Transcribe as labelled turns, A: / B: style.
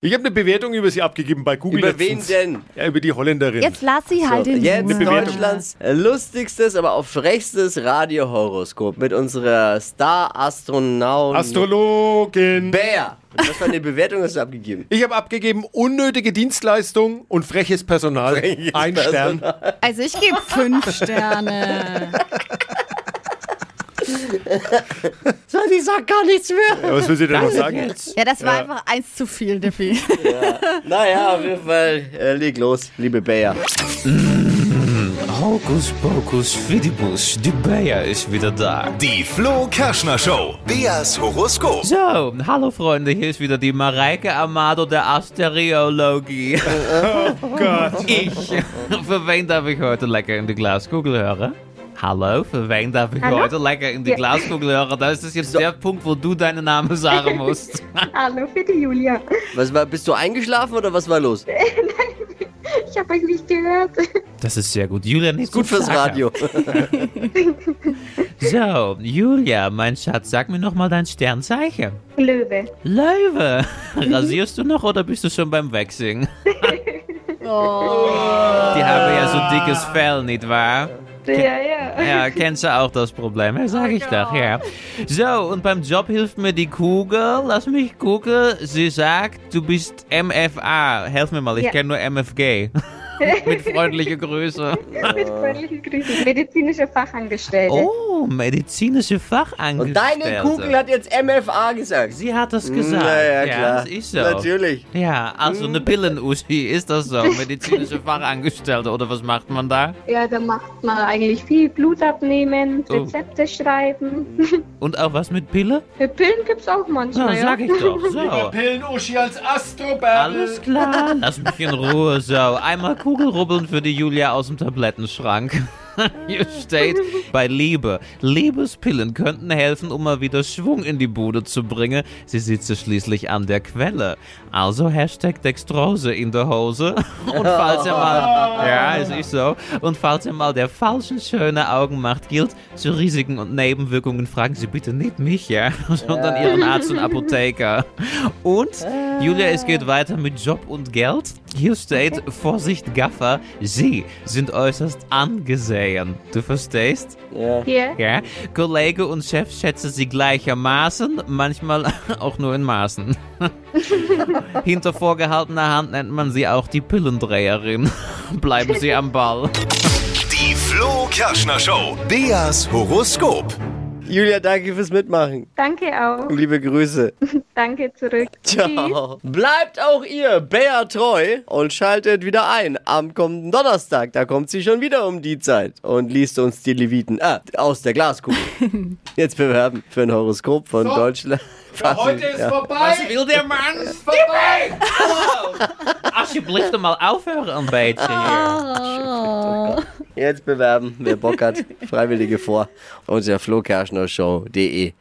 A: Ich habe eine Bewertung über sie abgegeben bei Google.
B: Über wen
A: letztens.
B: denn?
A: Ja, über die Holländerin.
C: Jetzt lass sie halt
B: So,
C: in
B: jetzt
C: Ruhe.
A: Bewertung.
B: Deutschlands lustigstes, aber auch frechstes Radiohoroskop mit unserer Star-Astronautin
A: Astrologin.
B: Bär. Und Was war eine Bewertung, hast du abgegeben?
A: Ich habe abgegeben unnötige Dienstleistung und freches Personal.
B: Freches
A: Ein
B: Personal.
A: Stern.
C: Also ich gebe fünf Sterne.
B: So, die sagt gar nichts mehr.
A: Ja, was will sie denn noch sagen?
C: Ja, das war einfach eins zu viel, Dippy.
B: Naja, auf jeden Fall, äh, leg los, liebe Bär.
D: Hocus pocus fidibus, die Bayer ist wieder da.
E: Die Flo Kerschner Show. Beas Horoskop.
D: So, hallo Freunde, hier ist wieder die Mareike Amado der Astereologie.
A: Gott.
D: Ich, für wen darf ich heute lecker in die Glaskugel hören? Hallo, für wen darf ich heute lecker in die Glaskugel hören? Da ist es jetzt der Punkt, wo du deinen Namen sagen musst.
F: Hallo, bitte Julia.
B: Was war, bist du eingeschlafen oder was war los?
F: Ich habe euch nicht gehört.
D: Das ist sehr gut. Julia, nicht
B: Gut
D: so
B: fürs
D: zackhaft.
B: Radio.
D: So, Julia, mein Schatz, sag mir nochmal dein Sternzeichen.
F: Löwe.
D: Löwe, rasierst du noch oder bist du schon beim Waxing?
C: Oh.
D: Die haben ja so dickes Fell, nicht wahr?
F: Ja, ja.
D: Ja, kennst du auch das Problem, ja, sag ich doch, ja. So, und beim Job hilft mir die Kugel, lass mich gucken, sie sagt, du bist MFA, helf mir mal, ich
F: Ja.
D: kenne nur MFG. Mit freundlicher Grüße.
F: Mit freundlichen Grüßen. Medizinische Fachangestellte.
D: Oh, medizinische
B: Und
D: Fachangestellte.
B: deine Kugel hat jetzt MFA gesagt.
D: Sie hat das gesagt.
B: Naja,
D: ja,
B: klar.
D: Das ist so.
B: Natürlich. Hm.
D: Ja, also eine Pillen-Uschi, ist das so? Medizinische Fachangestellte, oder was macht man da?
F: Ja, da macht man eigentlich viel Blut abnehmen,
D: Oh.
F: Rezepte schreiben.
D: Und auch was mit Pille?
F: Pillen gibt's auch
D: Na,
F: manchmal.
D: Ah, sag ich doch, so.
A: Pillenuschi als
D: Alles
A: Astrobabble.
D: klar, lass mich in Ruhe, so. Einmal Kugelrubbeln für die Julia aus dem Tablettenschrank. Hier steht bei Liebe. Liebespillen könnten helfen, um mal wieder Schwung in die Bude zu bringen. Sie sitze schließlich an der Quelle. Also Hashtag Dextrose in der Hose. Und falls ihr mal. Ja, es ist so. Und falls ihr mal der falschen schöne Augenmacht gilt, zu Risiken und Nebenwirkungen fragen Sie bitte nicht mich, ja, sondern Ihren Arzt und Apotheker. Und, Julia, es geht weiter mit Job und Geld. Hier steht, Vorsicht, Gaffer, Sie sind äußerst angesehen. Du verstehst?
B: Ja.
F: Hier.
D: Ja. Kollege und Chef schätzen Sie gleichermaßen, manchmal auch nur in Maßen. Hinter vorgehaltener Hand nennt man sie auch die Pillendreherin. Bleiben Sie am Ball.
E: Die Flo Kerschner Show. Beas Horoskop.
B: Julia, danke fürs Mitmachen.
F: Danke auch.
B: Liebe Grüße.
F: Danke zurück. Tschüss.
B: Ciao. Bleibt auch ihr Bea treu und schaltet wieder ein am kommenden Donnerstag. Da kommt sie schon wieder um die Zeit und liest uns die Leviten ah, aus der Glaskugel. Jetzt bewerben für ein Horoskop von Deutschland.
A: Heute ist
B: Ja.
A: vorbei. Was will der Mann? Ist vorbei.
D: Alsjeblieft mal aufhören ein beetje hier.
B: Jetzt bewerben, wer Bock hat, Freiwillige vor unter flokerschnershow.de.